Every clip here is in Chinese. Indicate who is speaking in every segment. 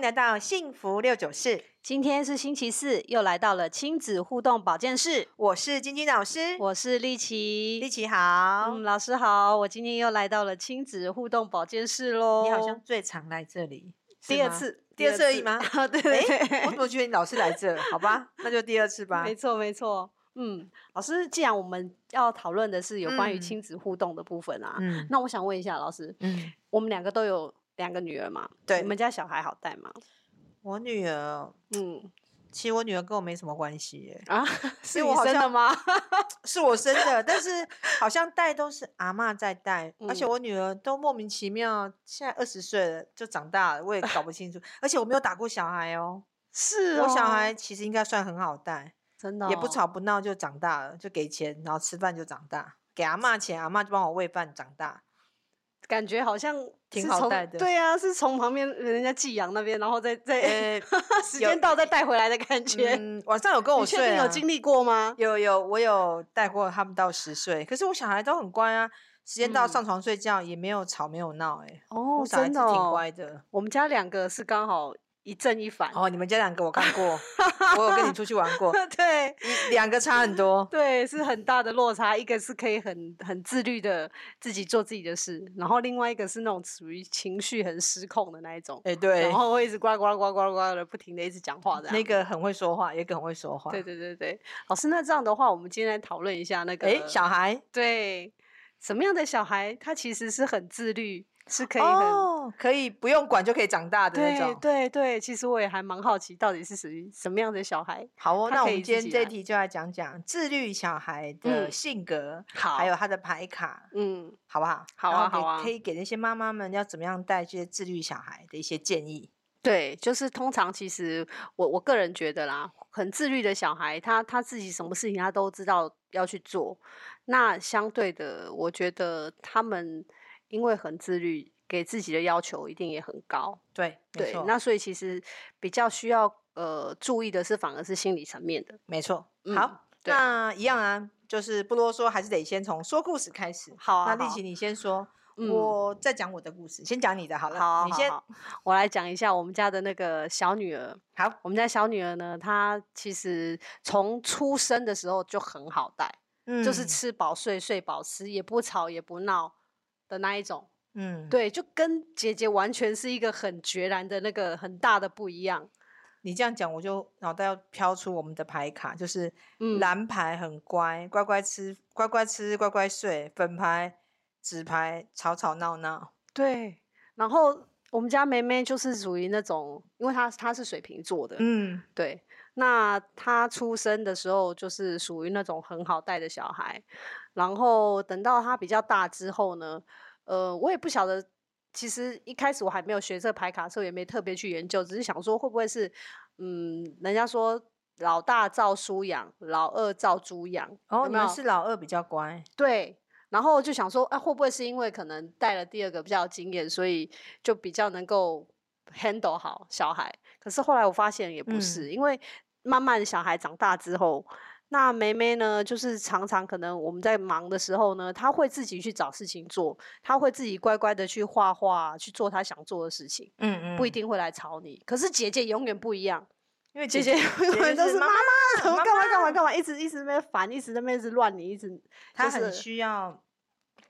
Speaker 1: 来到幸福六九四，
Speaker 2: 今天是星期四，又来到了亲子互动保健室，
Speaker 1: 我是晶晶老师，
Speaker 2: 我是丽琪。
Speaker 1: 丽琪好。
Speaker 2: 嗯，老师好，我今天又来到了亲子互动保健室喽。
Speaker 1: 你好像最常来这里，是
Speaker 2: 第二
Speaker 1: 吗，
Speaker 2: 次，
Speaker 1: 第二次而已 吗
Speaker 2: 啊 对对对，
Speaker 1: 哎，我怎么觉得你老是来这？好吧，那就第二次吧
Speaker 2: 没。错没错。嗯，老师，既然我们要讨论的是有关于
Speaker 1: 嗯
Speaker 2: 亲子互动的部分啊，
Speaker 1: 嗯
Speaker 2: 那我想问一下老师，
Speaker 1: 嗯，
Speaker 2: 我们两个都有两个女儿嘛？
Speaker 1: 对
Speaker 2: 你们家小孩好带吗？
Speaker 1: 我女儿，
Speaker 2: 嗯
Speaker 1: 其实我女儿跟我没什么关系耶，
Speaker 2: 啊，是
Speaker 1: 因为
Speaker 2: 你
Speaker 1: 我好
Speaker 2: 生的
Speaker 1: 像
Speaker 2: 吗？
Speaker 1: 是我生的，但是好像带都是阿嬷在带，而且
Speaker 2: 嗯
Speaker 1: 我女儿都莫名其妙，现在二十岁了就长大了，我也搞不清楚，而且我没有打过小孩哦，
Speaker 2: 是
Speaker 1: 我小
Speaker 2: 哦
Speaker 1: 孩其实应该算很好带，
Speaker 2: 真的
Speaker 1: 也不
Speaker 2: 哦
Speaker 1: 吵不闹就长大了，就给钱，然后吃饭就长大，给阿嬷钱，阿嬷就帮我喂饭长 大。
Speaker 2: 感觉好像
Speaker 1: 挺
Speaker 2: 是
Speaker 1: 好
Speaker 2: 从
Speaker 1: 带的
Speaker 2: 对啊，是从旁边人家寄养那边，然 后再再、
Speaker 1: 呃
Speaker 2: 时
Speaker 1: 有
Speaker 2: 间到再带回来的感觉。
Speaker 1: 嗯，晚上有跟我
Speaker 2: 你确
Speaker 1: 睡、
Speaker 2: 定
Speaker 1: 啊，
Speaker 2: 有经历过吗？
Speaker 1: 有有，我有带过他们到十岁，可是我小孩都很乖啊，时间到
Speaker 2: 嗯
Speaker 1: 上床睡觉，也没有吵没有闹、欸，哎、
Speaker 2: 哦
Speaker 1: 我小孩子挺乖的。
Speaker 2: 我们家两个是刚好一正一反。
Speaker 1: 哦，你们家两个我看过，我有跟你出去玩过，
Speaker 2: 对
Speaker 1: 两个差很多。
Speaker 2: 对，是很大的落差。一个是可以很很自律的自己做自己的事，然后另外一个是那种属于情绪很失控的那一种，
Speaker 1: 哎、对
Speaker 2: 然，后会一直呱呱呱呱呱的不停的一直讲话的。
Speaker 1: 那个很会说话，有一个很会说话。
Speaker 2: 对对对对，老师，那这样的话，我们今天来讨论一下那个
Speaker 1: 哎、小孩
Speaker 2: 对，什么样的小孩他其实是很自律，是可以很、
Speaker 1: 哦，可以不用管就可以长大的那
Speaker 2: 对
Speaker 1: 种。
Speaker 2: 对对。其实我也还蛮好奇，到底是属于什么样的小孩？
Speaker 1: 好哦，
Speaker 2: 他
Speaker 1: 那我
Speaker 2: 可
Speaker 1: 们
Speaker 2: 以
Speaker 1: 今
Speaker 2: 自
Speaker 1: 天
Speaker 2: 己
Speaker 1: 这一
Speaker 2: 来
Speaker 1: 题就来讲讲自律小孩的
Speaker 2: 嗯
Speaker 1: 性格，
Speaker 2: 好
Speaker 1: 还有他的牌卡，
Speaker 2: 嗯，
Speaker 1: 好不好？
Speaker 2: 好
Speaker 1: 然
Speaker 2: 啊
Speaker 1: 后给
Speaker 2: 好啊
Speaker 1: 可以给那些妈妈们要怎么样带这些自律小孩的一些建议。
Speaker 2: 对，就是通常其实我我个人觉得啦，很自律的小孩，他他自己什么事情他都知道要去做。那相对的，我觉得他们因为很自律，给自己的要求一定也很高。
Speaker 1: 对，没
Speaker 2: 对
Speaker 1: 错，，
Speaker 2: 那所以其实比较需要呃注意的是，反而是心理层面的。
Speaker 1: 没错。
Speaker 2: 嗯
Speaker 1: 好，
Speaker 2: 对
Speaker 1: 那一样啊，就是不啰嗦，还是得先从说故事开始。
Speaker 2: 好
Speaker 1: 那
Speaker 2: 啊，
Speaker 1: 丽
Speaker 2: 好
Speaker 1: 琪，你先说，
Speaker 2: 嗯
Speaker 1: 我再讲我的故事，先讲你的好了。
Speaker 2: 好啊，
Speaker 1: 你
Speaker 2: 好
Speaker 1: 先
Speaker 2: 好我来讲一下我们家的那个小女儿。
Speaker 1: 好，
Speaker 2: 我们家小女儿呢，她其实从出生的时候就很好带，
Speaker 1: 嗯
Speaker 2: 就是吃饱睡，睡饱吃，也不吵也不闹的那一种。
Speaker 1: 嗯，
Speaker 2: 对，就跟姐姐完全是一个很决然的那个很大的不一样。
Speaker 1: 你这样讲，我就脑袋要飘出我们的牌卡，就是
Speaker 2: 嗯
Speaker 1: 蓝牌很乖，乖乖吃，乖乖吃，乖乖睡；粉牌、紫牌吵吵闹闹。
Speaker 2: 对，然后我们家梅梅就是属于那种，因为她她是水瓶座的，
Speaker 1: 嗯，
Speaker 2: 对，那他出生的时候就是属于那种很好带的小孩，然后等到他比较大之后呢，呃，我也不晓得，其实一开始我还没有学这牌卡的时候，也没特别去研究，只是想说会不会是，嗯，人家说老大照书养，老二照猪养，
Speaker 1: 哦，
Speaker 2: 有
Speaker 1: 你
Speaker 2: 没
Speaker 1: 们
Speaker 2: 有
Speaker 1: 是老二比较乖，
Speaker 2: 对，然后就想说，啊，会不会是因为可能带了第二个比较有经验，所以就比较能够 handle 好小孩？可是后来我发现也不
Speaker 1: 嗯
Speaker 2: 是，因为慢慢小孩长大之后，那梅梅呢，就是常常可能我们在忙的时候呢，她会自己去找事情做，她会自己乖乖的去画画，去做她想做的事情，
Speaker 1: 嗯嗯
Speaker 2: 不一，定会来吵你。可是姐姐永远不一样。
Speaker 1: 因为
Speaker 2: 姐姐
Speaker 1: 姐
Speaker 2: 永
Speaker 1: 姐
Speaker 2: 远 都
Speaker 1: 是
Speaker 2: 是
Speaker 1: 妈
Speaker 2: 妈妈，怎么
Speaker 1: 妈
Speaker 2: 干嘛干嘛干嘛，一直一直在那边烦，一直在那边一直乱你，一直
Speaker 1: 她
Speaker 2: 就是
Speaker 1: 很需要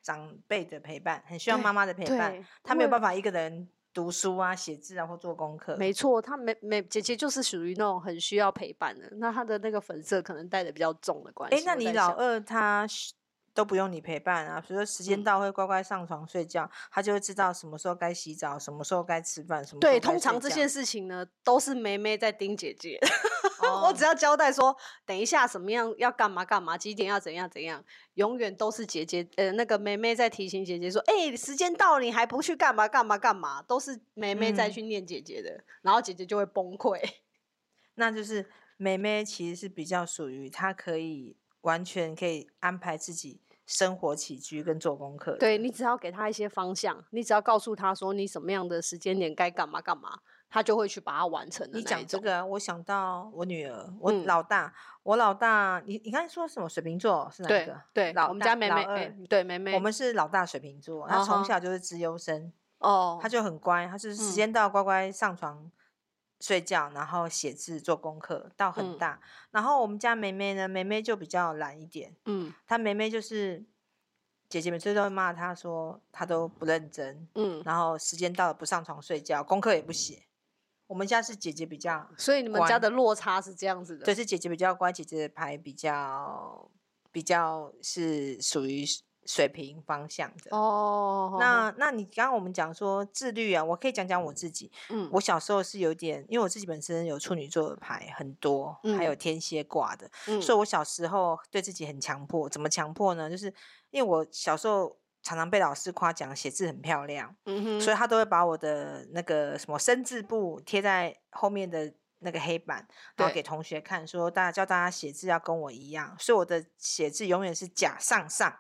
Speaker 1: 长辈的陪伴，很需要
Speaker 2: 对
Speaker 1: 妈妈的陪伴，
Speaker 2: 对，
Speaker 1: 她没有办
Speaker 2: 法。
Speaker 1: 法一个人读书啊、写字啊或做功课。
Speaker 2: 没错，她没没姐姐就是属于那种很需要陪伴的，那她的那个粉色可能带的比较重的关系。
Speaker 1: 哎，那
Speaker 2: 我
Speaker 1: 你
Speaker 2: 在
Speaker 1: 老
Speaker 2: 想
Speaker 1: 二他是都不用你陪伴啊，比如说时间
Speaker 2: 嗯
Speaker 1: 到会乖乖上床睡觉，他就会知道什么时候该洗澡，什么时候该吃饭，什么时候
Speaker 2: 对，
Speaker 1: 该
Speaker 2: 通常
Speaker 1: 睡
Speaker 2: 这
Speaker 1: 觉
Speaker 2: 件事情呢都是梅梅在盯姐姐，
Speaker 1: 哦
Speaker 2: 我只要交代说等一下什么样要干嘛干嘛，几点要怎样怎样，永远都是姐姐呃那个梅梅在提醒姐姐说，哎、时间到了你还不去干嘛干嘛干嘛，都是梅梅在
Speaker 1: 嗯
Speaker 2: 去念姐姐的，然后姐姐就会崩溃。
Speaker 1: 那就是妹妹其实是比较属于她可以完全可以安排自己生活起居跟做功课的。
Speaker 2: 对你只要给他一些方向，你只要告诉他说你什么样的时间点该干嘛干嘛，他就会去把它完成的
Speaker 1: 你
Speaker 2: 那一
Speaker 1: 讲这
Speaker 2: 种。
Speaker 1: 个啊，我想到我女儿，我
Speaker 2: 嗯
Speaker 1: 老大，我老大，你你刚才说什么水瓶座是哪一
Speaker 2: 对
Speaker 1: 个？
Speaker 2: 对，
Speaker 1: 老
Speaker 2: 我们
Speaker 1: 大
Speaker 2: 家妹
Speaker 1: 老
Speaker 2: 妹，
Speaker 1: 二
Speaker 2: 哎对妹妹，
Speaker 1: 我们是老大水瓶座，她
Speaker 2: 啊哈
Speaker 1: 从小就是资优生，
Speaker 2: 哦，
Speaker 1: 她就很乖，她就是时
Speaker 2: 嗯
Speaker 1: 间到乖乖上床睡觉，然后写字做功课，到
Speaker 2: 嗯
Speaker 1: 很大。然后我们家梅梅呢，梅梅就比较懒一点，
Speaker 2: 嗯
Speaker 1: 她梅梅就是姐姐每次都会骂她说她都不认真，
Speaker 2: 嗯，
Speaker 1: 然后时间到了不上床睡觉，功课也不写。我们家是姐姐比较，
Speaker 2: 所以你们家
Speaker 1: 关
Speaker 2: 的落差是这样子的。
Speaker 1: 对，，是姐姐比较乖，姐姐的牌比较比较是属于水平方向的。
Speaker 2: 哦，
Speaker 1: 那那你刚刚我们讲说自律啊，我可以讲讲我自己。
Speaker 2: 嗯
Speaker 1: 我小时候是有点，因为我自己本身有处女座的牌很多，还有天蝎挂的，
Speaker 2: 嗯
Speaker 1: 所以我小时候对自己很强迫。怎么强迫呢？就是因为我小时候常常被老师夸奖写字很漂亮，
Speaker 2: 嗯哼，
Speaker 1: 所以他都会把我的那个什么生字簿贴在后面的。那个黑板，然后
Speaker 2: 对
Speaker 1: 给同学看，说大家叫大家写字要跟我一样，所以我的写字永远是假上上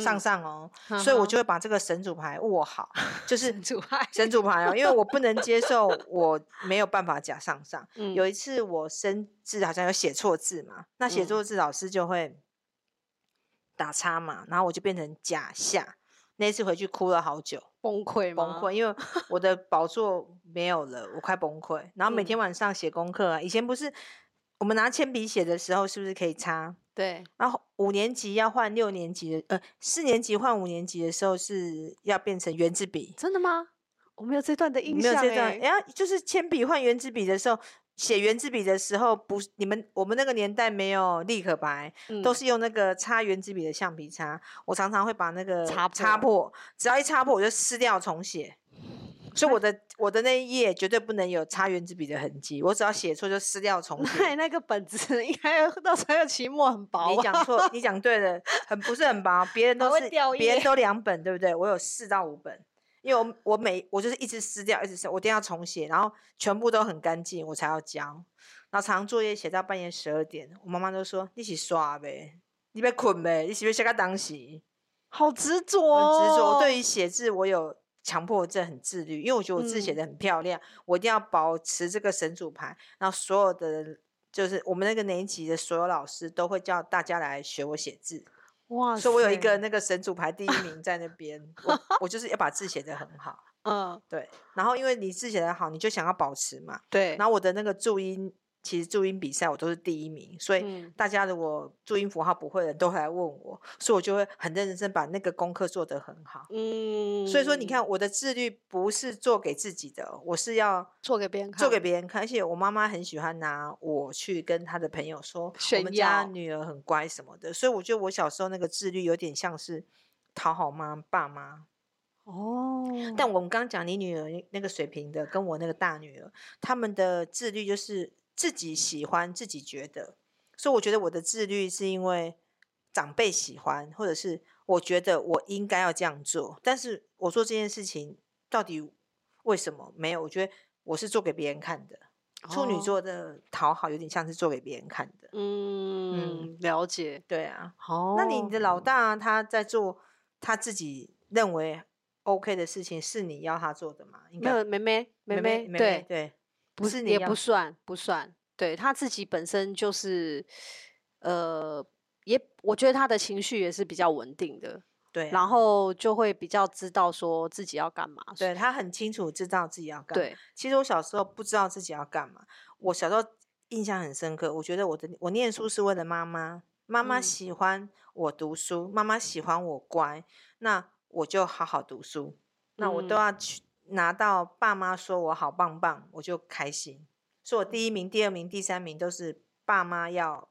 Speaker 1: 上
Speaker 2: 嗯
Speaker 1: 上哦，所以我
Speaker 2: 哈
Speaker 1: 就会把这个神主牌握好，就是
Speaker 2: 哈嗯阻碍，
Speaker 1: 神主牌哦，因为我不能接受我没有办法假上上。
Speaker 2: 嗯
Speaker 1: 有一次我生字好像有写错字嘛，那写
Speaker 2: 嗯
Speaker 1: 错字老师就会打叉嘛，然后我就变成假下。那一次回去哭了好久，
Speaker 2: 崩溃
Speaker 1: 崩
Speaker 2: 吗
Speaker 1: 溃，，因为我的宝座没有了，我快崩溃。然后每天
Speaker 2: 嗯
Speaker 1: 晚上写功课啊，以前不是我们拿铅笔写的时候，是不是可以擦？
Speaker 2: 对，
Speaker 1: 然后五年级要换六年级的，呃，四年级换五年级的时候是要变成圆珠笔，
Speaker 2: 真的吗？我没有这段的印
Speaker 1: 没有
Speaker 2: 象
Speaker 1: 这段，
Speaker 2: 欸，
Speaker 1: 然后就是铅笔换圆珠笔的时候，写圆珠笔的时候不是你们我们那个年代没有立可白，都
Speaker 2: 嗯
Speaker 1: 是用那个擦圆珠笔的橡皮擦。我常常会把那个
Speaker 2: 擦
Speaker 1: 擦破，只要一擦破我就撕掉重写。所以我的我的那一页绝对不能有擦圆珠笔的痕迹，我只要写错就撕掉重
Speaker 2: 那你
Speaker 1: 写。
Speaker 2: 那个本子 应该到时候要期末很薄
Speaker 1: 你
Speaker 2: 吧？
Speaker 1: 讲错，你讲对了，很不是很薄，别 人
Speaker 2: 还
Speaker 1: 都
Speaker 2: 会
Speaker 1: 是
Speaker 2: 掉
Speaker 1: 别
Speaker 2: 页
Speaker 1: 人都两本，对不对？我有四到五本，因为我我每我就是一直撕掉，一直撕，我一定要重写，然后全部都很干净，我才要交。然后常常作业写到半夜十二点，我妈妈都说你一起刷呗，你别困呗，你是不是写个当时？
Speaker 2: 好执着
Speaker 1: 我
Speaker 2: 哦，
Speaker 1: 很执着，我对于写字我有强迫症，很自律，因为我觉得我字写
Speaker 2: 嗯
Speaker 1: 的很漂亮，我一定要保持这个神主牌。然后所有的人，就是我们那个年级的所有老师都会叫大家来学我写字，
Speaker 2: 哇塞，
Speaker 1: 所以我有一个那个神主牌第一名在那边，我我就是要把字写得很好。
Speaker 2: 嗯，
Speaker 1: 对，然后因为你字写得好，你就想要保持嘛。
Speaker 2: 对，
Speaker 1: 然后我的那个注音，其实注音比赛我都是第一名，所以
Speaker 2: 嗯
Speaker 1: 大家如果注音符号不会的人都会来问我，所以我就会很认真把那个功课做得很好。
Speaker 2: 嗯，
Speaker 1: 所以说，你看我的自律不是做给自己的，哦我是要
Speaker 2: 做给别人看，
Speaker 1: 做给别人看。而且我妈妈很喜欢拿我去跟她的朋友说，我
Speaker 2: 炫
Speaker 1: 们家
Speaker 2: 耀
Speaker 1: 女儿很乖什么的。所以我觉得我小时候那个自律有点像是讨好妈爸妈。
Speaker 2: 哦，
Speaker 1: 但我们刚讲你女儿那个水平的，跟我那个大女儿，他们的自律就是自己喜欢，自己觉得。所以我觉得我的自律是因为长辈喜欢，或者是我觉得我应该要这样做。但是我做这件事情到底为什么没有？我觉得我是做给别人看的。处女
Speaker 2: 哦，
Speaker 1: 座的讨好有点像是做给别人看的。
Speaker 2: 嗯，了解，
Speaker 1: 对啊，
Speaker 2: 哦，
Speaker 1: 那你的老大他在做他自己认为 OK 的事情，是你要他做的吗？应
Speaker 2: 没
Speaker 1: 该
Speaker 2: 有妹妹妹
Speaker 1: 妹妹妹
Speaker 2: 对
Speaker 1: 妹，对，
Speaker 2: 不
Speaker 1: 是你
Speaker 2: 也
Speaker 1: 要
Speaker 2: 不算不算，对他自己本身就是呃。也，我觉得他的情绪也是比较稳定的，
Speaker 1: 对啊，
Speaker 2: 然后就会比较知道说自己要干嘛。
Speaker 1: 对他很清楚知道自己要干。，
Speaker 2: 对，
Speaker 1: 其实我小时候不知道自己要干嘛，我小时候印象很深刻，我觉得我的我念书是为了妈妈，妈妈
Speaker 2: 嗯
Speaker 1: 喜欢我读书，妈妈喜欢我乖，那我就好好读书，那我都
Speaker 2: 嗯
Speaker 1: 要去拿到爸妈说我好棒棒，我就开心。所以我第一名、第二名、第三名都是爸妈要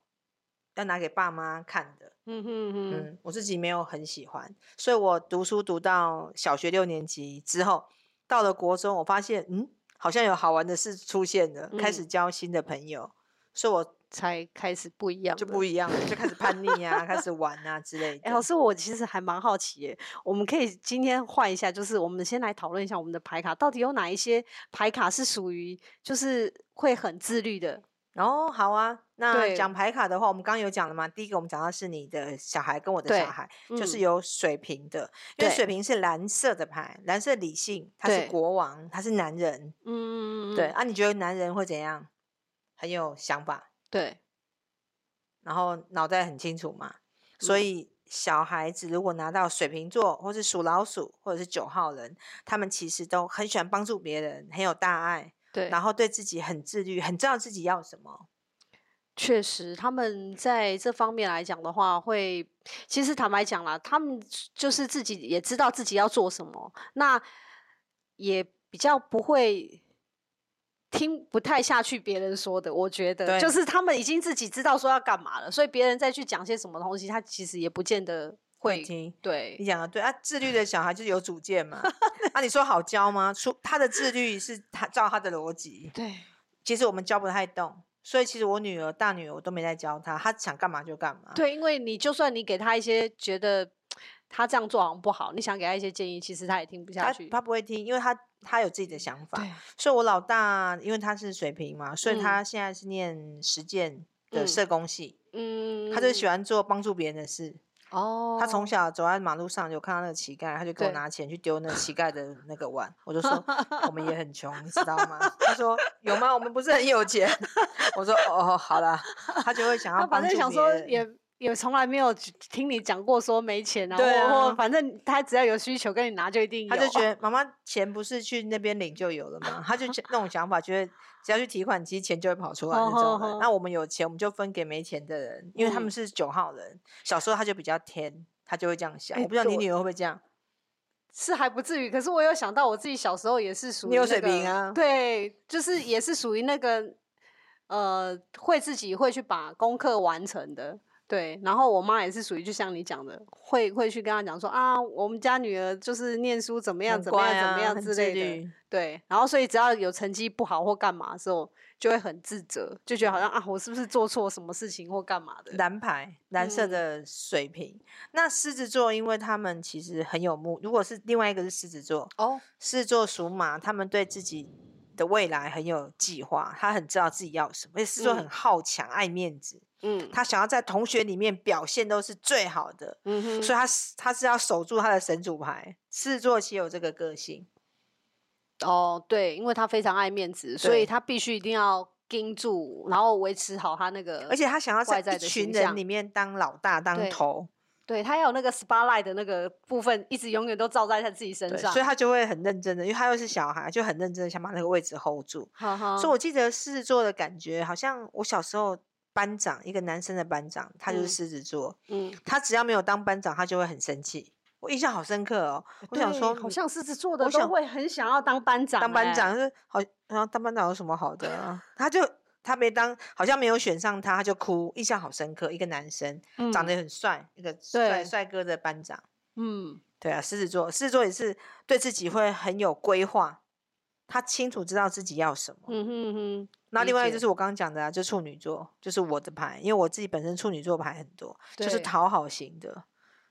Speaker 1: 要拿给爸妈看的。
Speaker 2: 嗯哼哼，
Speaker 1: 嗯，我自己没有很喜欢，所以我读书读到小学六年级之后，到了国中，我发现嗯，好像有好玩的事出现了，开始
Speaker 2: 嗯
Speaker 1: 交新的朋友，所以我
Speaker 2: 才开始不一样
Speaker 1: 就
Speaker 2: 的
Speaker 1: 不一样了，就开始叛逆啊，开始玩啊之类
Speaker 2: 哎、
Speaker 1: 的。
Speaker 2: 老师，我其实还蛮好奇耶，我们可以今天换一下，就是我们先来讨论一下我们的牌卡，到底有哪一些牌卡是属于就是会很自律的？
Speaker 1: 哦，好啊，那
Speaker 2: 对
Speaker 1: 讲牌卡的话，我们刚刚有讲了嘛，第一个我们讲到是你的小孩跟我的小
Speaker 2: 对
Speaker 1: 孩，就是
Speaker 2: 嗯
Speaker 1: 有水瓶的，因为
Speaker 2: 对
Speaker 1: 水瓶是蓝色的牌，蓝色理性，他是
Speaker 2: 对
Speaker 1: 国王，他是男人，
Speaker 2: 嗯，
Speaker 1: 对啊，你觉得男人会怎样？很有想法。
Speaker 2: 对，
Speaker 1: 然后脑袋很清楚嘛，所
Speaker 2: 嗯
Speaker 1: 以小孩子如果拿到水瓶座，或是属老鼠，或者是九号人，他们其实都很喜欢帮助别人，很有大爱，
Speaker 2: 对，
Speaker 1: 然后对自己很自律，很知道自己要什么。
Speaker 2: 确实，他们在这方面来讲的话，会其实坦白讲啦，他们就是自己也知道自己要做什么，那也比较不会听不太下去别人说的。我觉得，
Speaker 1: 对
Speaker 2: 就是他们已经自己知道说要干嘛了，所以别人再去讲些什么东西，他其实也不见得会
Speaker 1: 听你
Speaker 2: 对。
Speaker 1: 讲的对啊，自律的小孩就是有主见 嘛。啊，你说好教吗？说他的自律是他照他的逻辑，
Speaker 2: 对，
Speaker 1: 其实我们教不太动。所以其实我女儿、大女儿我都没在教她，她想干嘛就干嘛。
Speaker 2: 对，因为你就算你给他一些觉得他这样做好像不好，你想给他一些建议，其实他也听不下
Speaker 1: 她
Speaker 2: 去。
Speaker 1: 她不会听，因为她她有自己的想法。
Speaker 2: 对，
Speaker 1: 所以我老大，因为他是水平嘛，所以
Speaker 2: 嗯
Speaker 1: 他现在是念实践的
Speaker 2: 嗯
Speaker 1: 社工系，
Speaker 2: 嗯，
Speaker 1: 他就喜欢做帮助别人的事。
Speaker 2: 哦，
Speaker 1: 他从小走在马路上，有看到那个乞丐，他就给我
Speaker 2: 对
Speaker 1: 拿钱去丢那个乞丐的那个碗。我就 说我们也很穷，你知道吗？他说有吗？我们不是很有钱。 我说哦，好啦，他就会想要
Speaker 2: 他
Speaker 1: 帮
Speaker 2: 反
Speaker 1: 助别人。
Speaker 2: 正想说也也从来没有只听你讲过说没钱啊，
Speaker 1: 对
Speaker 2: 或或
Speaker 1: 啊
Speaker 2: 反正他只要有需求跟你拿就一定
Speaker 1: 他
Speaker 2: 有啊，
Speaker 1: 就觉得妈妈钱不是去那边领就有了吗？他就 觉那种想法，觉得只要去提款机，钱就会跑出来那种人。那我们有钱，我们就分给没钱的人，因为他们
Speaker 2: 哦嗯
Speaker 1: 是九号人。小时候他就比较天，他就会这样想。
Speaker 2: 哎
Speaker 1: 我不知道你
Speaker 2: 对
Speaker 1: 女儿会不会这样？
Speaker 2: 是还不至于。可是我有想到我自己小时候也是属于、
Speaker 1: 你有水平啊
Speaker 2: 对，就是也是属于那个呃会自己会去把功课完成的。对，然后我妈也是属于，就像你讲的，会会去跟她讲说啊，我们家女儿就是念书怎么样
Speaker 1: 很
Speaker 2: 怎么样
Speaker 1: 乖
Speaker 2: 怎么
Speaker 1: 啊
Speaker 2: 样
Speaker 1: 很
Speaker 2: 之
Speaker 1: 自
Speaker 2: 类的。
Speaker 1: 律
Speaker 2: 对，然后所以只要有成绩不好或干嘛的时候，就会很自责，就觉得好像啊，我是不是做错什么事情或干嘛的？
Speaker 1: 蓝牌，蓝色
Speaker 2: 嗯
Speaker 1: 的水瓶。那狮子座，因为他们其实很有目，如果是另外一个是狮子座，
Speaker 2: 哦，
Speaker 1: 狮子座属马，他们对自己的未来很有计划，他很知道自己要什么，而且狮子座
Speaker 2: 嗯
Speaker 1: 很好强，爱面子。
Speaker 2: 嗯
Speaker 1: 他想要在同学里面表现都是最好的，
Speaker 2: 嗯哼，
Speaker 1: 所以他是他是要守住他的神主牌。狮子座其实有这个个性，
Speaker 2: 哦，对，因为他非常爱面子，所以
Speaker 1: 对
Speaker 2: 他必须一定要盯住，然后维持好他那个，
Speaker 1: 而且他想要在
Speaker 2: 外在
Speaker 1: 一
Speaker 2: 的
Speaker 1: 群
Speaker 2: 形
Speaker 1: 人
Speaker 2: 象
Speaker 1: 里面当老大、当
Speaker 2: 对
Speaker 1: 头，
Speaker 2: 对他要有那个 spotlight 的那个部分，一直永远都照在他自己身
Speaker 1: 对，
Speaker 2: 上
Speaker 1: 所以。他就会很认真的，因为他又是小孩，就很认真的想把那个位置 hold 住。
Speaker 2: 哈哈，
Speaker 1: 所以我记得狮子座的感觉，好像我小时候班长，一个男生的班长，他就是
Speaker 2: 嗯
Speaker 1: 狮子座，
Speaker 2: 嗯，
Speaker 1: 他只要没有当班长，他就会很生气。我印象好深刻哦，我想
Speaker 2: 呃对
Speaker 1: 说，
Speaker 2: 好像狮子座的
Speaker 1: 我
Speaker 2: 都
Speaker 1: 想
Speaker 2: 会很想要当班长欸，
Speaker 1: 当班长就是好，然后当班长有什么好的、啊？他就他没当，好像没有选上他，他就哭，印象好深刻。一个男生
Speaker 2: 嗯，
Speaker 1: 长得也很帅，一个帅
Speaker 2: 对
Speaker 1: 帅哥的班长。
Speaker 2: 嗯，
Speaker 1: 对啊，狮子座，狮子座也是对自己会很有规划，他清楚知道自己要什么。
Speaker 2: 嗯哼哼，
Speaker 1: 那
Speaker 2: 理
Speaker 1: 另外
Speaker 2: 解
Speaker 1: 就是我刚刚讲的啊，就处女座，就是我的牌，因为我自己本身处女座牌很多，就是
Speaker 2: 对
Speaker 1: 讨好型的，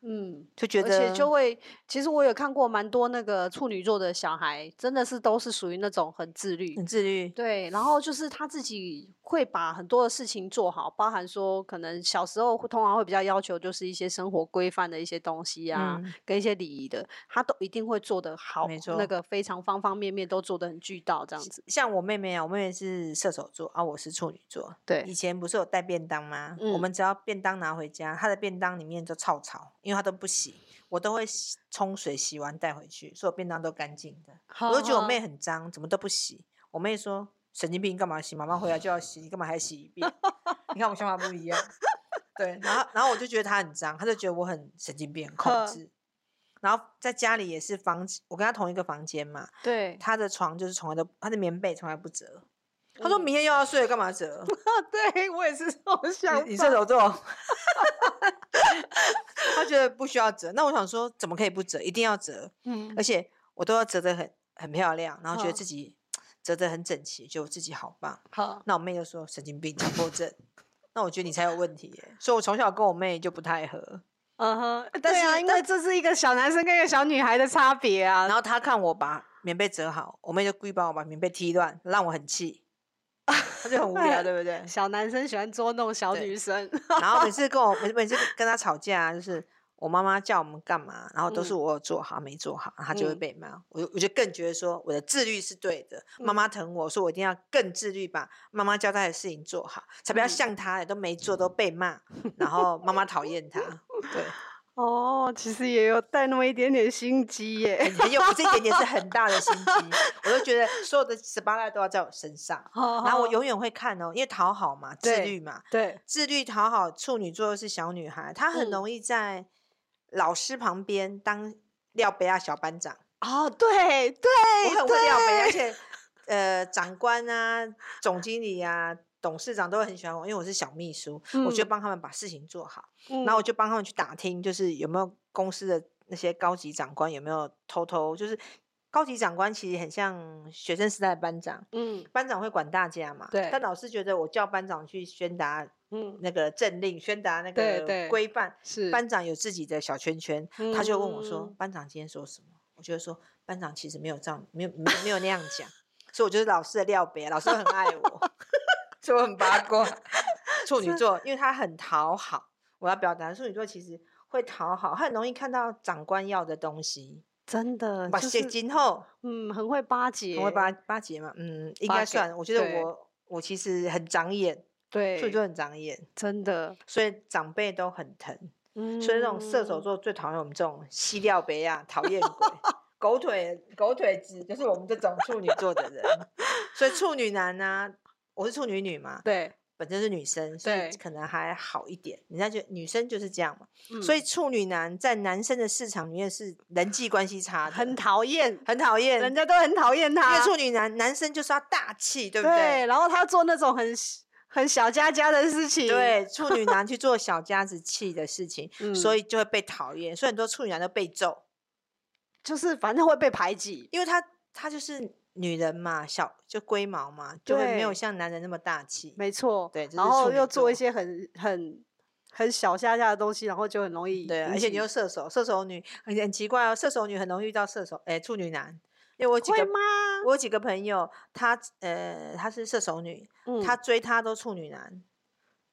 Speaker 2: 嗯，
Speaker 1: 就觉
Speaker 2: 而
Speaker 1: 得
Speaker 2: 且就会，其实我有看过蛮多那个处女座的小孩，真的是都是属于那种很自律，
Speaker 1: 很自律。
Speaker 2: 对，然后就是他自己会把很多的事情做好，包含说可能小时候会通常会比较要求就是一些生活规范的一些东西啊，
Speaker 1: 嗯
Speaker 2: 跟一些礼仪的，他都一定会做得好，
Speaker 1: 没
Speaker 2: 那
Speaker 1: 错
Speaker 2: 个非常方方面面都做得很俱到，这样子。
Speaker 1: 像我妹妹啊，我妹妹是射手座啊，我是处女座，以
Speaker 2: 对，
Speaker 1: 前不是有带便当吗？我
Speaker 2: 嗯
Speaker 1: 们只要便当拿回家，他的便当里面就臭草，因为他都不洗，我都会洗冲水洗完带回去，所有便当都干净的。
Speaker 2: 哦
Speaker 1: 我就觉得我妹很脏，怎么都不洗。我妹说：“神经病，你干嘛洗？妈妈回来就要洗，你干嘛还洗一遍？” 你看我想法不一样。对，然后然后我就觉得她很脏，她就觉得我很神经病、很控
Speaker 2: 呵
Speaker 1: 制。然后在家里也是房，我跟她同一个房间嘛，
Speaker 2: 对，
Speaker 1: 她的床就是从来都，她的棉被从来不折。她说
Speaker 2: 嗯
Speaker 1: 明天又要睡了，干嘛折？
Speaker 2: 对我也是这种想
Speaker 1: 你你射
Speaker 2: 法。
Speaker 1: 手座， 他觉得不需要折。那我想说，怎么可以不折？一定要折，
Speaker 2: 嗯
Speaker 1: 而且我都要折得很很漂亮，然后觉得
Speaker 2: 嗯
Speaker 1: 自己折得很整齐，觉得我自己好棒。
Speaker 2: 好，
Speaker 1: 那我妹就说神经病、强迫症。那我觉得你才有问题耶，所以我从小跟我妹就不太合。
Speaker 2: 嗯哼，
Speaker 1: 但
Speaker 2: 对啊，
Speaker 1: 是
Speaker 2: 因
Speaker 1: 但
Speaker 2: 为这是一个小男生跟一个小女孩的差别啊
Speaker 1: 然。后她看我把棉被折好，我妹就故意把我把棉被踢乱，让我很气。她就很无
Speaker 2: 哎
Speaker 1: 聊，对不对？
Speaker 2: 小男生喜欢捉弄小
Speaker 1: 对
Speaker 2: 女生，
Speaker 1: 然后每次跟我每每次跟他吵架、啊，就是我妈妈叫我们干嘛，然后都是
Speaker 2: 嗯
Speaker 1: 我有做好没做好，然后他就会
Speaker 2: 嗯
Speaker 1: 被骂。我就我就更觉得说我的自律是对的，妈
Speaker 2: 嗯
Speaker 1: 妈疼我，所以我一定要更自律，把妈妈交代的事情做好，才不要
Speaker 2: 嗯
Speaker 1: 像他都没做都被骂，然后妈妈讨厌他。对，
Speaker 2: 哦，其实也有带那么一点点心机 耶。
Speaker 1: 你的又不是一点点，是很大的心机。我就觉得所有的十八代都要在我身上，然
Speaker 2: 然
Speaker 1: 后我永远会看哦，因为讨好嘛，自
Speaker 2: 哦对
Speaker 1: 律嘛，
Speaker 2: 对
Speaker 1: 自律讨好，处女座又是小女孩，她很
Speaker 2: 嗯
Speaker 1: 容易在老师旁边当廖北亚小班长，
Speaker 2: 哦，对对，
Speaker 1: 我很会
Speaker 2: 哎
Speaker 1: 啊
Speaker 2: 对
Speaker 1: 廖北亚，而且 呃，长官啊、总经理啊、董事长都会很喜欢我，因为我是小秘书，我就
Speaker 2: 嗯
Speaker 1: 帮他们把事情做好，
Speaker 2: 嗯
Speaker 1: 然后我就帮他们去打听，就是有没有公司的那些高级长官有没有偷偷，就是高级长官其实很像学生时代的班长。
Speaker 2: 嗯
Speaker 1: 班长会管大家嘛？
Speaker 2: 对
Speaker 1: 但老师觉得我叫班长去宣达
Speaker 2: 嗯
Speaker 1: 那个政令，宣达那
Speaker 2: 对
Speaker 1: 个
Speaker 2: 对
Speaker 1: 规范。
Speaker 2: 是
Speaker 1: 班长有自己的小圈圈，他就问我说
Speaker 2: 嗯：“
Speaker 1: 班长今天说什么？”我就会说：“班长其实没有这样，没有没有没有那样 讲。”所以我就是老师的料别，老师都很爱我，所以我很八卦。 处女座，因为他很讨好，我要表达处女座其实会讨好，他很容易看到长官要的东西，
Speaker 2: 真的
Speaker 1: 把
Speaker 2: 就
Speaker 1: 些
Speaker 2: 是
Speaker 1: 今后
Speaker 2: 嗯很会巴结，
Speaker 1: 我会八八节嘛，嗯，应
Speaker 2: 八
Speaker 1: 该
Speaker 2: 节
Speaker 1: 算。我觉得
Speaker 2: 对
Speaker 1: 我我其实很长眼，处女
Speaker 2: 对
Speaker 1: 座很长眼，
Speaker 2: 真的，
Speaker 1: 所以长辈都很疼。
Speaker 2: 嗯
Speaker 1: 所以那种射手座最讨厌我们这种西料杯啊，讨厌鬼、狗腿、狗腿子，就是我们这种处女座的人。所以处女男呢、啊我是处女女嘛，
Speaker 2: 对，
Speaker 1: 本身是女生，所以
Speaker 2: 对
Speaker 1: 可能还好一点。人家就女生就是这样嘛，所
Speaker 2: 嗯
Speaker 1: 以处女男在男生的市场里面是人际关系差的，
Speaker 2: 很讨厌，
Speaker 1: 很讨厌。
Speaker 2: 人
Speaker 1: 因
Speaker 2: 家都很讨厌
Speaker 1: 为
Speaker 2: 他，
Speaker 1: 处女男，男生就是要大气，对不
Speaker 2: 对，然后他做那种很很小家家的事情，
Speaker 1: 对，处女男去做小家子气的事情，所
Speaker 2: 嗯
Speaker 1: 以就会被讨厌。所以很多处女男都被揍。
Speaker 2: 就是反正会被排挤，
Speaker 1: 因为她她就是女人嘛，小就龟毛嘛，就会没有
Speaker 2: 对
Speaker 1: 像男人那么大气。
Speaker 2: 没错，
Speaker 1: 对这
Speaker 2: 然
Speaker 1: 是处
Speaker 2: 后
Speaker 1: 女
Speaker 2: 又做一
Speaker 1: 座
Speaker 2: 些很很很小下下的东西，然后就很容易
Speaker 1: 对啊，
Speaker 2: 引
Speaker 1: 而且你
Speaker 2: 起
Speaker 1: 又射手，射手女很很奇怪哦，射手女很容易遇到射手，哎、处女男。因为我有几
Speaker 2: 会
Speaker 1: 个
Speaker 2: 吗？
Speaker 1: 我有几个朋友，她呃她是射手女，
Speaker 2: 嗯
Speaker 1: 她追她都处女男，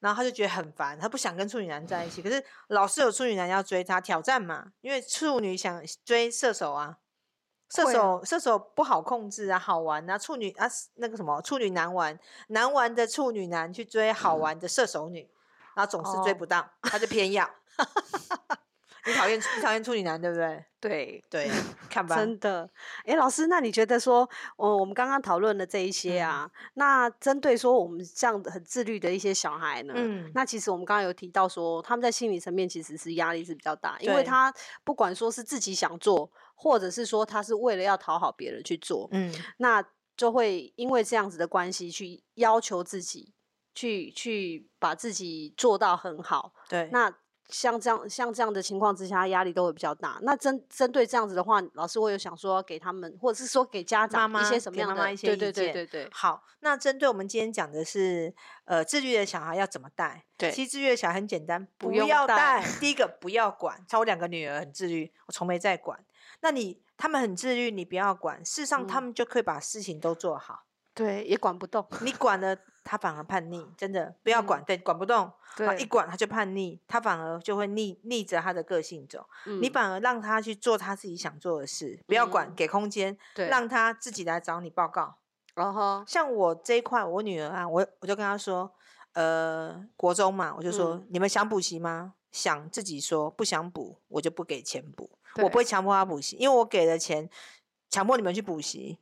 Speaker 1: 然后她就觉得很烦，她不想跟处女男在一起。可是老是有处女男要追她挑战嘛，因为处女想追射手啊，射
Speaker 2: 会啊
Speaker 1: 手射手不好控制啊，好玩啊，处女啊那个什么处女难玩，难玩的处女男去追好玩的射手女，然后总是追
Speaker 2: 哦
Speaker 1: 不到，他就偏要。 你讨厌你讨厌处女男对不对？
Speaker 2: 对。
Speaker 1: 对，看吧，
Speaker 2: 真的，哎，老师，那你觉得说，哦，我们刚刚讨论的这一些
Speaker 1: 嗯
Speaker 2: 啊，那针对说我们这样的很自律的一些小孩呢，
Speaker 1: 嗯
Speaker 2: 那其实我们刚刚有提到说，他们在心理层面其实是压力是比较大，因为
Speaker 1: 对
Speaker 2: 他不管说是自己想做，或者是说他是为了要讨好别人去做，
Speaker 1: 嗯，
Speaker 2: 那就会因为这样子的关系去要求自己，去去把自己做到很好。
Speaker 1: 对，
Speaker 2: 那像这样像这样的情况之下，压力都会比较大。那针针对这样子的话，老师我有想说给他们，或者是说给家长
Speaker 1: 妈
Speaker 2: 一些
Speaker 1: 妈
Speaker 2: 什么
Speaker 1: 给
Speaker 2: 样的
Speaker 1: 妈妈一些
Speaker 2: 对
Speaker 1: 意
Speaker 2: 对对
Speaker 1: 见
Speaker 2: 对对
Speaker 1: 好，那针对我们今天讲的是，呃，自律的小孩要怎么带？
Speaker 2: 对
Speaker 1: 其实自律的小孩很简单，
Speaker 2: 不
Speaker 1: 不
Speaker 2: 用
Speaker 1: 要
Speaker 2: 带
Speaker 1: 带。第一个，不要管。像我两个女儿很自律，我从没在管。那你他们很自律，你不要管，事实上他
Speaker 2: 嗯
Speaker 1: 们就可以把事情都做好。
Speaker 2: 对，也管不动。
Speaker 1: 你管了，他反而叛逆，真的不要管，对，管不动。然后一
Speaker 2: 嗯对，
Speaker 1: 管他就叛逆，他反而就会逆逆着他的个性走。你
Speaker 2: 嗯
Speaker 1: 反而让他去做他自己想做的事，不要管，
Speaker 2: 嗯
Speaker 1: 给空间，
Speaker 2: 对，哦
Speaker 1: 让他自己来找你报告。
Speaker 2: 然后
Speaker 1: 像我这一块，我女儿啊，我我就跟她说，呃，国中嘛，我就说、
Speaker 2: 嗯
Speaker 1: 你们想补习吗？想自己说，不想补我就不给钱补，我
Speaker 2: 对
Speaker 1: 不会强迫她补习，因为我给了钱，强迫你们去补习，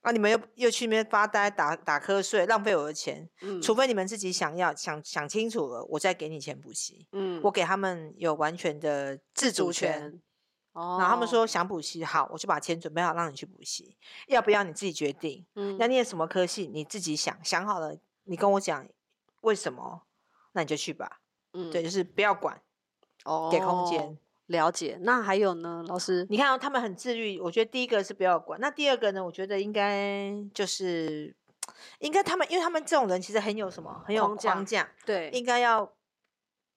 Speaker 1: 啊，你们又又去那边发呆打打瞌睡，浪费我的钱，
Speaker 2: 嗯
Speaker 1: 除非你们自己想要想想清楚了，我再给你钱补习，
Speaker 2: 嗯
Speaker 1: 我给他们有完全的自主权。，
Speaker 2: 哦，
Speaker 1: 然后他们说想补习好，我就把钱准备好让你去补习，要不要你自己决定。
Speaker 2: 嗯，
Speaker 1: 要念什么科系，你自己想想好了，你跟我讲为什么，那你就去吧。
Speaker 2: 嗯
Speaker 1: 对，就是不要管，给空间。
Speaker 2: 哦了解，那还有呢，老师，
Speaker 1: 你看、哦、他们很自律，我觉得第一个是不要管，那第二个呢，我觉得应该就是应该他们，因为他们这种人其实很有什么，很有
Speaker 2: 框架
Speaker 1: 框架，
Speaker 2: 对，
Speaker 1: 应该要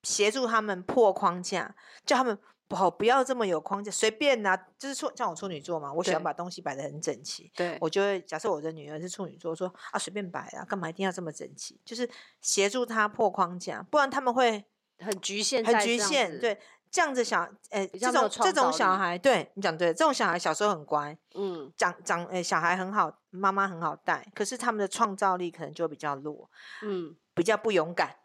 Speaker 1: 协助他们破框架，叫他们。不好，不要这么有框架，随便拿、就是处像我处女座嘛，我喜欢
Speaker 2: 对
Speaker 1: 把东西摆得很整齐。
Speaker 2: 对，
Speaker 1: 我就会假设我的女儿是处女座，说啊随便摆啊，干嘛一定要这么整齐？就是协助她破框架，不然他们会
Speaker 2: 很局限，
Speaker 1: 很局限。，对，这样子小，呃、
Speaker 2: 比较
Speaker 1: 这
Speaker 2: 没
Speaker 1: 种
Speaker 2: 有
Speaker 1: 这
Speaker 2: 创
Speaker 1: 种
Speaker 2: 造
Speaker 1: 小
Speaker 2: 力
Speaker 1: 孩，对你讲对，这种小孩小时候很乖，
Speaker 2: 嗯，
Speaker 1: 长长，呃、小孩很好，妈妈很好带，可是他们的创造力可能就会比较弱，
Speaker 2: 嗯
Speaker 1: 比较不勇敢。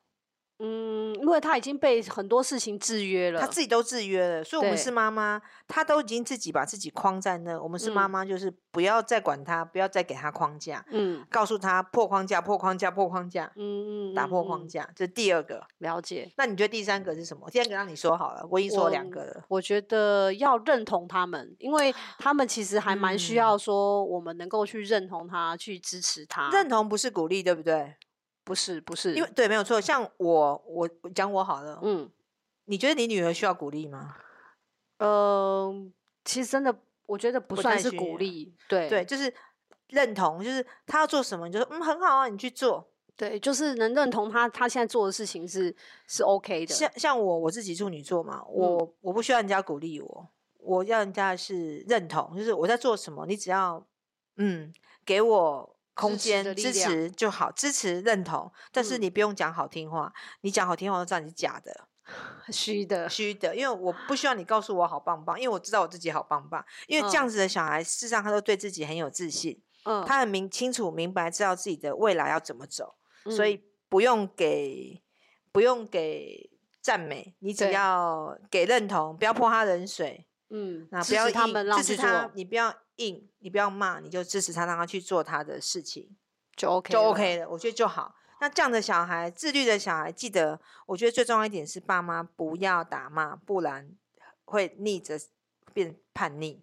Speaker 2: 嗯，因为他已经被很多事情制约了。
Speaker 1: 他自己都制约了，所以我们
Speaker 2: 对
Speaker 1: 是妈妈，他都已经自己把自己框在那。我们是妈
Speaker 2: 嗯
Speaker 1: 妈，就是不要再管他，不要再给他框架，
Speaker 2: 嗯
Speaker 1: 告诉他破框架、破框架、破框架，
Speaker 2: 嗯嗯，
Speaker 1: 打破
Speaker 2: 嗯
Speaker 1: 框
Speaker 2: 嗯
Speaker 1: 架，这是第二个。
Speaker 2: 了解。
Speaker 1: 那你觉得第三个是什么？第三个让你说好了，我已经说了两个了。
Speaker 2: 我觉得要认同他们，因为他们其实还蛮需
Speaker 1: 嗯
Speaker 2: 要说我们能够去认同他，去支持他。
Speaker 1: 认同不是鼓励，对不对？
Speaker 2: 不是不是，
Speaker 1: 因为对，没有错。像我，我我讲我好了。
Speaker 2: 嗯
Speaker 1: 你觉得你女儿需要鼓励吗？
Speaker 2: 呃，其实真的我觉得不
Speaker 1: 不
Speaker 2: 算
Speaker 1: 太
Speaker 2: 是
Speaker 1: 需
Speaker 2: 鼓
Speaker 1: 要
Speaker 2: 励，对
Speaker 1: 对，就是认同，就是她要做什么，你就说嗯很好啊，你去做。
Speaker 2: 对，就是能认同他他现在做的事情是是 OK 的。嗯
Speaker 1: 像像我我自己处女座嘛，我、我不需要人家鼓励我，我要人家是认同，就是我在做什么，你只要嗯给我空
Speaker 2: 支持
Speaker 1: 间
Speaker 2: 的力
Speaker 1: 支
Speaker 2: 量
Speaker 1: 持就好，支持认同，但是
Speaker 2: 嗯
Speaker 1: 你不用讲好听话，你讲好听话我就知道你是假的。
Speaker 2: 虚的，
Speaker 1: 虚的，因为我不需要你告诉我好棒棒，因为我知道我自己好棒棒。因为这
Speaker 2: 嗯
Speaker 1: 样子的小孩，事实上他都对自己很有自信，
Speaker 2: 嗯，
Speaker 1: 他很明清楚明白知道自己的未来要怎么走，所
Speaker 2: 嗯
Speaker 1: 以不用给不用给赞美，你只
Speaker 2: 对
Speaker 1: 要给认同，不要泼他冷水，
Speaker 2: 嗯，
Speaker 1: 那
Speaker 2: 支
Speaker 1: 不要
Speaker 2: 持他
Speaker 1: 硬
Speaker 2: 们让
Speaker 1: 支持
Speaker 2: 去做
Speaker 1: 他，你不要硬，你不要骂，你就支持他，让他去做他的事情。
Speaker 2: 就 OK
Speaker 1: 就
Speaker 2: 了
Speaker 1: OK 了，我觉得就好。那这样的小孩，自律的小孩，记得，我觉得最重要一点是，爸妈不要打骂，不然会逆着变叛逆。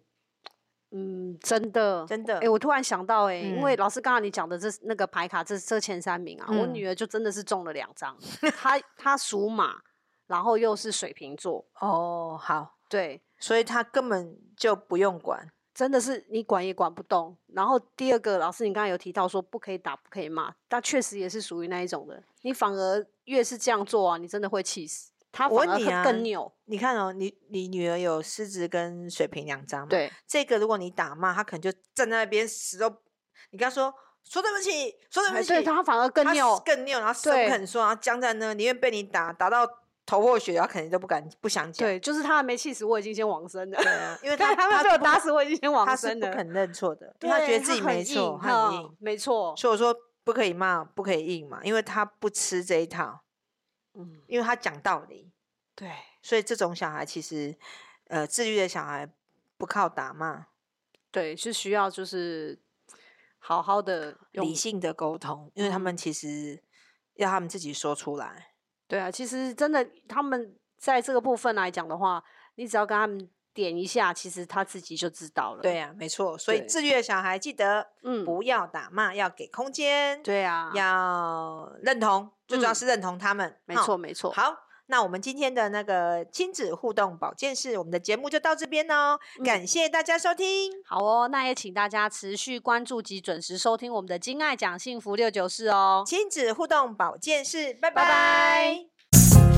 Speaker 2: 嗯，真的，
Speaker 1: 真的
Speaker 2: 哎、我突然想到、欸，因为
Speaker 1: 嗯
Speaker 2: 老师刚刚你讲的这那个牌卡，这这前三名啊，我
Speaker 1: 嗯
Speaker 2: 女儿就真的是中了两 张，她她属马，然后又是水瓶座，
Speaker 1: 哦，好，
Speaker 2: 对，
Speaker 1: 所以他根本就不用管。
Speaker 2: 真的是你管也管不动。然后第二个，老师你刚才有提到说不可以打，不可以骂，但确实也是属于那一种的，你反而越是这样做啊，你真的会气死，她
Speaker 1: 我
Speaker 2: 反而
Speaker 1: 问你
Speaker 2: 会
Speaker 1: 啊
Speaker 2: 更扭，
Speaker 1: 你看哦，你你女儿有狮子跟水瓶两张嘛？，
Speaker 2: 对，
Speaker 1: 这个如果你打骂，他可能就站在那边死都，你跟他说说对不起，说对不
Speaker 2: 哎
Speaker 1: 起，
Speaker 2: 对她反而更
Speaker 1: 他
Speaker 2: 扭，
Speaker 1: 更拗，然后死都
Speaker 2: 对
Speaker 1: 不肯说，然后僵在那，宁愿被你打打到头破血流，他肯定都不敢不想讲。
Speaker 2: 对，就是她还没气死，我已经先往生了。
Speaker 1: 对 啊，因为
Speaker 2: 但
Speaker 1: 他
Speaker 2: 他们
Speaker 1: 他
Speaker 2: 被我
Speaker 1: 不
Speaker 2: 打死，我已经往
Speaker 1: 他是
Speaker 2: 生
Speaker 1: 不
Speaker 2: 了。
Speaker 1: 肯认错的，因为他觉
Speaker 2: 对
Speaker 1: 得自己
Speaker 2: 很
Speaker 1: 没错，
Speaker 2: 硬
Speaker 1: 他很
Speaker 2: 嗯
Speaker 1: 硬，
Speaker 2: 没错，
Speaker 1: 所以我说不可以骂，不可以硬嘛，因为他不吃这一套，
Speaker 2: 嗯，
Speaker 1: 因为他讲道理，
Speaker 2: 对，
Speaker 1: 所以这种小孩其实，呃，自律的小孩不靠打骂，
Speaker 2: 对，是需要就是好好的用
Speaker 1: 理，性的沟通，因为他
Speaker 2: 嗯
Speaker 1: 们其实要他们自己说出来，
Speaker 2: 对啊，其实真的他们在这个部分来讲的话，你只要跟他们点一下，其实他自己就知道了。
Speaker 1: 对，啊呀、没错，所以
Speaker 2: 啊对
Speaker 1: 自律的小孩记得
Speaker 2: 嗯，
Speaker 1: 不要打骂，要给空间，
Speaker 2: 对啊，
Speaker 1: 要认同，最主要
Speaker 2: 嗯
Speaker 1: 是认同他们，
Speaker 2: 没
Speaker 1: 哈
Speaker 2: 错没错，
Speaker 1: 好，那我们今天的那个亲子互动保健室，我们的节目就到这边哦，
Speaker 2: 嗯
Speaker 1: 感谢大家收听。
Speaker 2: 好哦，那也请大家持续关注及准时收听我们的《金爱讲幸福六九四》哦。
Speaker 1: 亲子互动保健室，拜
Speaker 2: 拜拜
Speaker 1: 拜